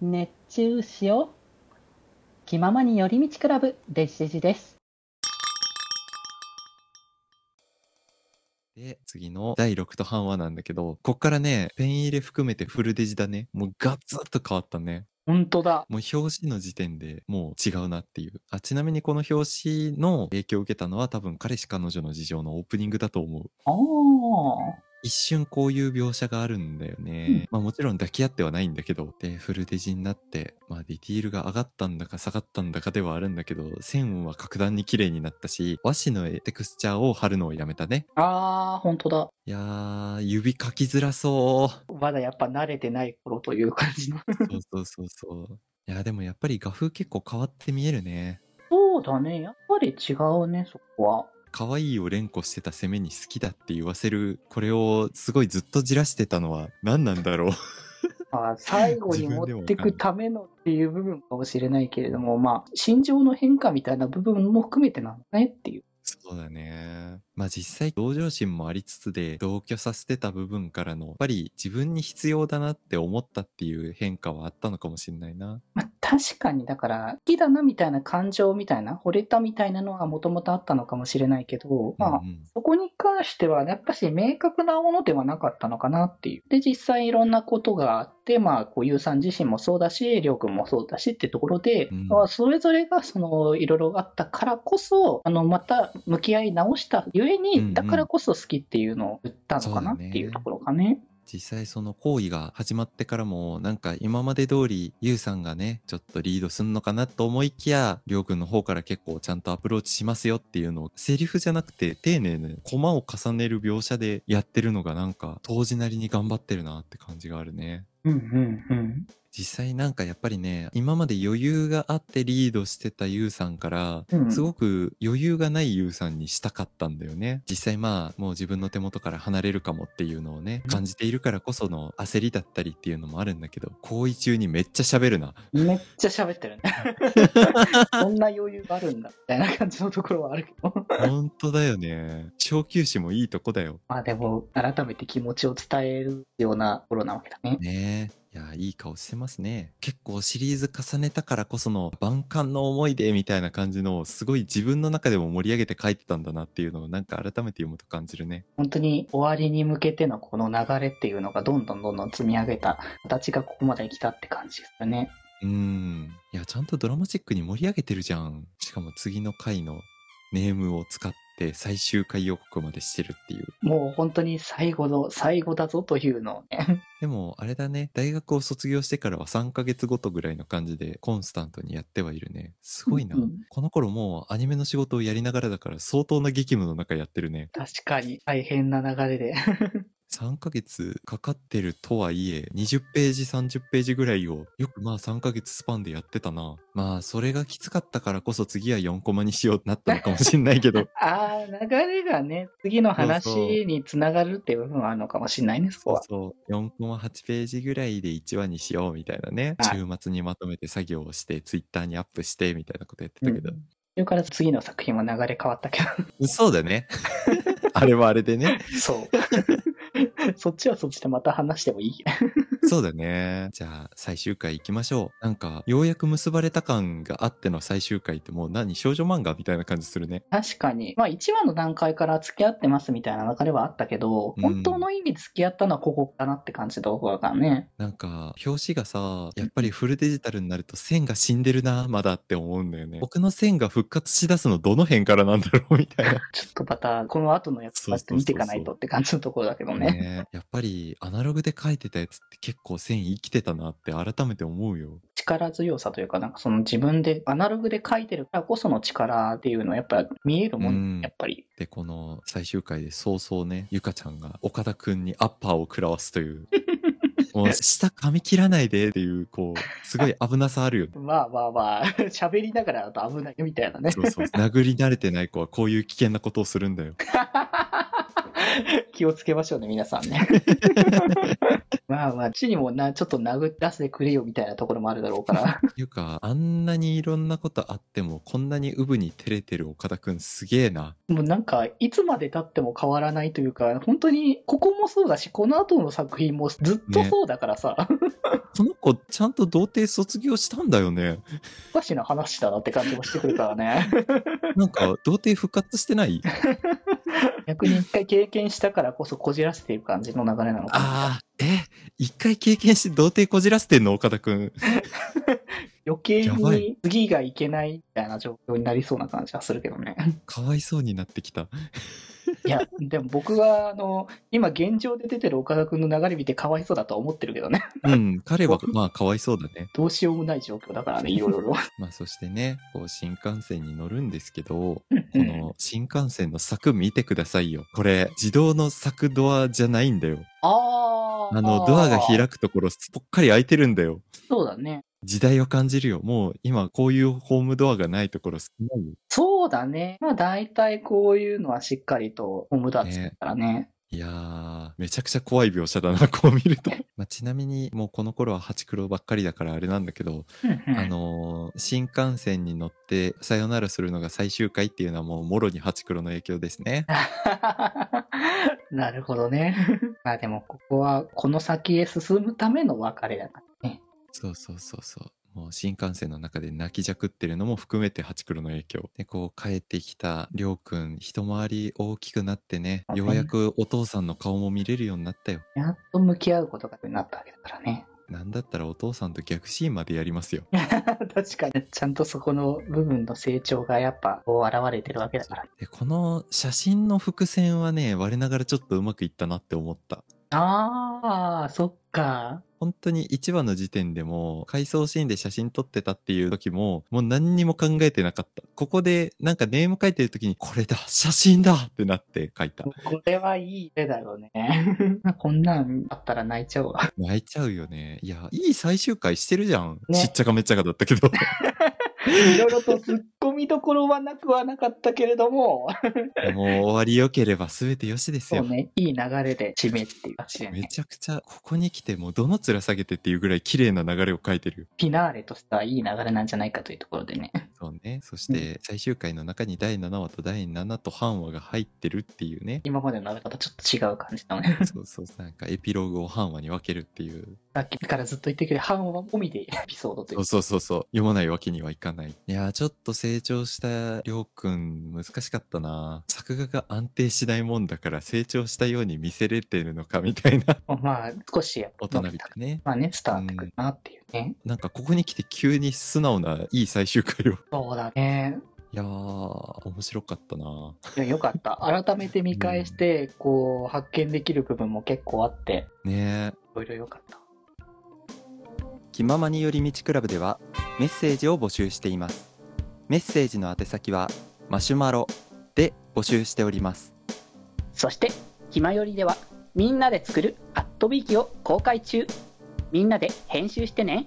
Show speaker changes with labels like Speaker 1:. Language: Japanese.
Speaker 1: 熱中しよう気ままに寄り道クラブデジデジです
Speaker 2: で、次の第6と半話なんだけど、こっからね、ペン入れ含めてフルデジだね。もうガツッと変わったね。
Speaker 1: 本当だ
Speaker 2: もう表紙の時点でもう違うなっていう。あ、ちなみにこの表紙の影響を受けたのは多分彼氏彼女の事情のオープニングだと思う。
Speaker 1: ああ
Speaker 2: 一瞬こういう描写があるんだよね。まあもちろん抱き合ってはないんだけど、で、フルデジになって、まあディティールが上がったんだか下がったんだかではあるんだけど、線は格段に綺麗になったし、和紙のテクスチャーを貼るのをやめたね。
Speaker 1: ああ本当だ
Speaker 2: いやー、指書きづらそう。
Speaker 1: まだやっぱ慣れてない頃という感じの
Speaker 2: そうそうそうそう。いや、でもやっぱり画風結構変わって見えるね。
Speaker 1: そうだねやっぱり違うねそこは
Speaker 2: 可愛いを連呼してた攻めに好きだって言わせる、これをすごいずっとじらしてたのは何なんだろう。
Speaker 1: あー最後に持ってくためのっていう部分かもしれないけれども、まあ、心情の変化みたいな部分も含めてなのねっていう。
Speaker 2: そうだね。まあ実際同情心もありつつで同居させてた部分からの、やっぱり自分に必要だなって思ったっていう変化はあったのかもしれないな。
Speaker 1: まあ、確かに、だから、好きだなみたいな感情みたいな、惚れたみたいなのはもともとあったのかもしれないけど、まあ
Speaker 2: うん、うん
Speaker 1: そこに関しては、やっぱし明確なものではなかったのかなっていう。で、実際いろんなことがあって、まあ、こう、ゆうさん自身もそうだし、りょうくんもそうだしってところで、
Speaker 2: うん
Speaker 1: まあそれぞれが、その、いろいろあったからこそ、あの、また向き合い直したゆえ
Speaker 2: うんう
Speaker 1: に、
Speaker 2: ん
Speaker 1: だからこそ好きっていうのを言ったのかな
Speaker 2: そ
Speaker 1: っ
Speaker 2: うだ
Speaker 1: て
Speaker 2: ね
Speaker 1: いうところかね。
Speaker 2: 実際その行為が始まってからもなんか今まで通りゆうさんがねちょっとリードすんのかなと思いきやりょうくんの方から結構ちゃんとアプローチしますよっていうのをセリフじゃなくて丁寧にコマを重ねる描写でやってるのがなんか当時なりに頑張ってるなって感じがあるね。
Speaker 1: うんうんうん。
Speaker 2: 実際なんかやっぱりね今まで余裕があってリードしてたゆうさんから、
Speaker 1: うん
Speaker 2: すごく余裕がないゆうさんにしたかったんだよね実際まあもう自分の手元から離れるかもっていうのをね
Speaker 1: うん
Speaker 2: 感じているからこその焦りだったりっていうのもあるんだけど行為中にめっちゃ喋 るな
Speaker 1: めっちゃ喋って るね。そんな余裕があるんだ、みたいな感じのところはあるけど。
Speaker 2: 本当だよね小休止もいいとこだよ
Speaker 1: まあでも、改めて気持ちを伝えるようなところなわけだね。
Speaker 2: ねえいやいい顔してますね結構シリーズ重ねたからこその万感の思い出みたいな感じのをすごい自分の中でも盛り上げて書いてたんだなっていうのをなんか改めて読むと感じるね
Speaker 1: 本当に終わりに向けてのこの流れっていうのがどんどんどんどん積み上げた形がここまで来たって感じですよね。
Speaker 2: うんいやちゃんとドラマチックに盛り上げてるじゃんしかも次の回のネームを使って最終回予告までしてるっていう
Speaker 1: もう本当に最後の最後だぞというのを ね。
Speaker 2: でもあれだね大学を卒業してからは3ヶ月ごとぐらいの感じでコンスタントにやってはいるねすごいな、
Speaker 1: うんうん
Speaker 2: この頃もうアニメの仕事をやりながらだから相当な激務の中やってるね
Speaker 1: 確かに大変な流れで。
Speaker 2: 3ヶ月かかってるとはいえ20ページ30ページぐらいをよくまあ3ヶ月スパンでやってたなまあそれがきつかったからこそ次は4コマにしようってなったのかもしんないけど
Speaker 1: ああ、流れがね、次の話につながるっていう部分はあるのかもしれないね、そこ
Speaker 2: そう
Speaker 1: は。
Speaker 2: そう4コマ8ページぐらいで1話にしようみたいなね
Speaker 1: はい
Speaker 2: 週末にまとめて作業をしてツイッターにアップしてみたいなことやってたけど、
Speaker 1: うんそれから次の作品は流れ変わったけど。
Speaker 2: そうだね あれはあれでね
Speaker 1: そう。そっちはそっちでまた話してもいい
Speaker 2: そうだね。じゃあ、最終回行きましょう。なんか、ようやく結ばれた感があっての最終回ってもう何少女漫画みたいな感じするね。
Speaker 1: 確かに。まあ、1話の段階から付き合ってますみたいな流れはあったけど、
Speaker 2: うん
Speaker 1: 本当の意味で付き合ったのはここかなって感じのところだからね。
Speaker 2: なんか、表紙がさ、やっぱりフルデジタルになると線が死んでるな、まだって思うんだよね。僕の線が復活しだすのどの辺からなんだろうみたいな。
Speaker 1: ちょっとまた、この後のやつまって見ていかないとって感じのところだけどね。
Speaker 2: ねえやっぱり、アナログで書いてたやつって結構線生きてたなって改めて思うよ。
Speaker 1: 力強さというか、なんかその自分で、アナログで書いてるからこその力っていうのはやっぱ見えるもん、
Speaker 2: うん
Speaker 1: やっぱり。
Speaker 2: で、この最終回で早々ね、ゆかちゃんが岡田くんにアッパーを食らわすという。もう舌噛み切らないでっていう、こう、すごい危なさあるよね。
Speaker 1: まあまあまあ、 喋りながらだと危ないみたいな ね。
Speaker 2: そうそう。殴り慣れてない子はこういう危険なことをするんだよ。
Speaker 1: 気をつけましょうね、皆さんね。まあまあ、ちにもな、ちょっと殴らせてくれよみたいなところもあるだろうから。
Speaker 2: っていうか、あんなにいろんなことあっても、こんなにウブに照れてる岡田くんすげえな。
Speaker 1: もうなんか、いつまで経っても変わらないというか、本当に、ここもそうだし、この後の作品もずっとそうだから さ、
Speaker 2: この子、ちゃんと童貞卒業したんだよね。
Speaker 1: おかしな話だなって感じもしてくるから ね。
Speaker 2: なんか、童貞復活してない
Speaker 1: 逆に一回経験したからこそこじらせている感じの流れなのかな。
Speaker 2: ああ、え、一回経験して童貞こじらせてんの岡田く ん。
Speaker 1: 余計
Speaker 2: やば
Speaker 1: に次がいけないみたいな状況になりそうな感じはするけど ね。
Speaker 2: かわいそうになってき た。
Speaker 1: いや、でも僕は、あの、今現状で出てる岡田くんの流れ見てかわいそうだとは思ってるけどね。
Speaker 2: うん、彼は、まあ、かわいそうだね。
Speaker 1: どうしようもない状況だからね、いろいろ。
Speaker 2: まあ、そしてね、こう、新幹線に乗るんですけど、
Speaker 1: う
Speaker 2: こ
Speaker 1: ん
Speaker 2: の新幹線の柵見てくださいよ。これ、自動の柵ドアじゃないんだよ。
Speaker 1: あー
Speaker 2: あの、ドアが開くところ、すぽっかり開いてるんだよ。
Speaker 1: そうだね。
Speaker 2: 時代を感じるよ。もう、今、こういうホームドアがないところ少ないよ。
Speaker 1: そうだね。まあ大体こういうのはしっかりとホームダーツだからね。
Speaker 2: いやー、めちゃくちゃ怖い描写だな、こう見ると。 まあ、ちなみに、もうこの頃はハチクロばっかりだからあれなんだけど、
Speaker 1: うんうん
Speaker 2: あのー新幹線に乗ってさよならするのが最終回っていうのはもうもろにハチクロの影響ですね。
Speaker 1: なるほどね。 まあでもここはこの先へ進むための別れだからね。
Speaker 2: そうそうそうそう。もう新幹線の中で泣きじゃくってるのも含めてハチクロの影響。で、こう帰ってきたりょうくん、一回り大きくなってね、ようやくお父さんの顔も見れるようになったよ。
Speaker 1: やっと向き合うことがなったわけだからね。
Speaker 2: なんだったらお父さんと逆シーンまでやりますよ。
Speaker 1: 確かに。ちゃんとそこの部分の成長がやっぱこう現れてるわけだから。
Speaker 2: で、この写真の伏線はね、我ながらちょっとうまくいったなって思った。
Speaker 1: ああ、そっか。
Speaker 2: 本当に1話の時点でも、回想シーンで写真撮ってたっていう時も、もう何にも考えてなかった。ここで、なんかネーム書いてる時に、これだ写真だってなって書いた。
Speaker 1: これはいい絵だろうね。 こんなんあったら泣いちゃう わ。
Speaker 2: 泣いちゃうよね。いや、いい最終回してるじゃん。
Speaker 1: ね
Speaker 2: しっちゃかめっちゃかだった けど。
Speaker 1: いろいろと突っ込みどころはなくはなかったけれども、
Speaker 2: もう終わり良ければ全て良しです
Speaker 1: そ
Speaker 2: よ。
Speaker 1: うね、いい流れで締めっていう感じで
Speaker 2: め
Speaker 1: ね、
Speaker 2: ちゃくちゃ、ここに来てもうどの面下げてっていうぐらい綺麗な流れを書いてるよ。
Speaker 1: フィナーレとしてはいい流れなんじゃないかというところでね。。
Speaker 2: そうね。そして、最終回の中に第7話と第7と半話が入ってるっていうね
Speaker 1: 今までの流れ方ちょっと違う感じだね。
Speaker 2: そうそう。なんかエピローグを半話に分けるっていう。
Speaker 1: さっきからずっと言ってるけど、半音は込みでエピソードとい
Speaker 2: そうう。そうそうそう。読まないわけにはいかない。いやー、ちょっと成長したりょうくん、難しかったな。作画が安定しないもんだから、成長したように見せれてるのかみたいな。
Speaker 1: まあ、少しやっ ぱ
Speaker 2: 大人
Speaker 1: 伸
Speaker 2: び
Speaker 1: び
Speaker 2: て
Speaker 1: た
Speaker 2: ね。
Speaker 1: まあね、伝わってくるなっていうね。
Speaker 2: なんかここに来て急に素直ないい最終回を。
Speaker 1: そうだね。
Speaker 2: いやー、面白かったな。
Speaker 1: いやよかった。改めて見返して、こう、発見できる部分も結構あって、
Speaker 2: ね
Speaker 1: い
Speaker 2: え。
Speaker 1: ろいろよかった。
Speaker 2: 気ままに寄り道クラブではメッセージを募集していますメッセージの宛先はマシュマロで募集しております
Speaker 3: そして、ひまよりでは、みんなで作るアットビーキを公開中。みんなで編集してね。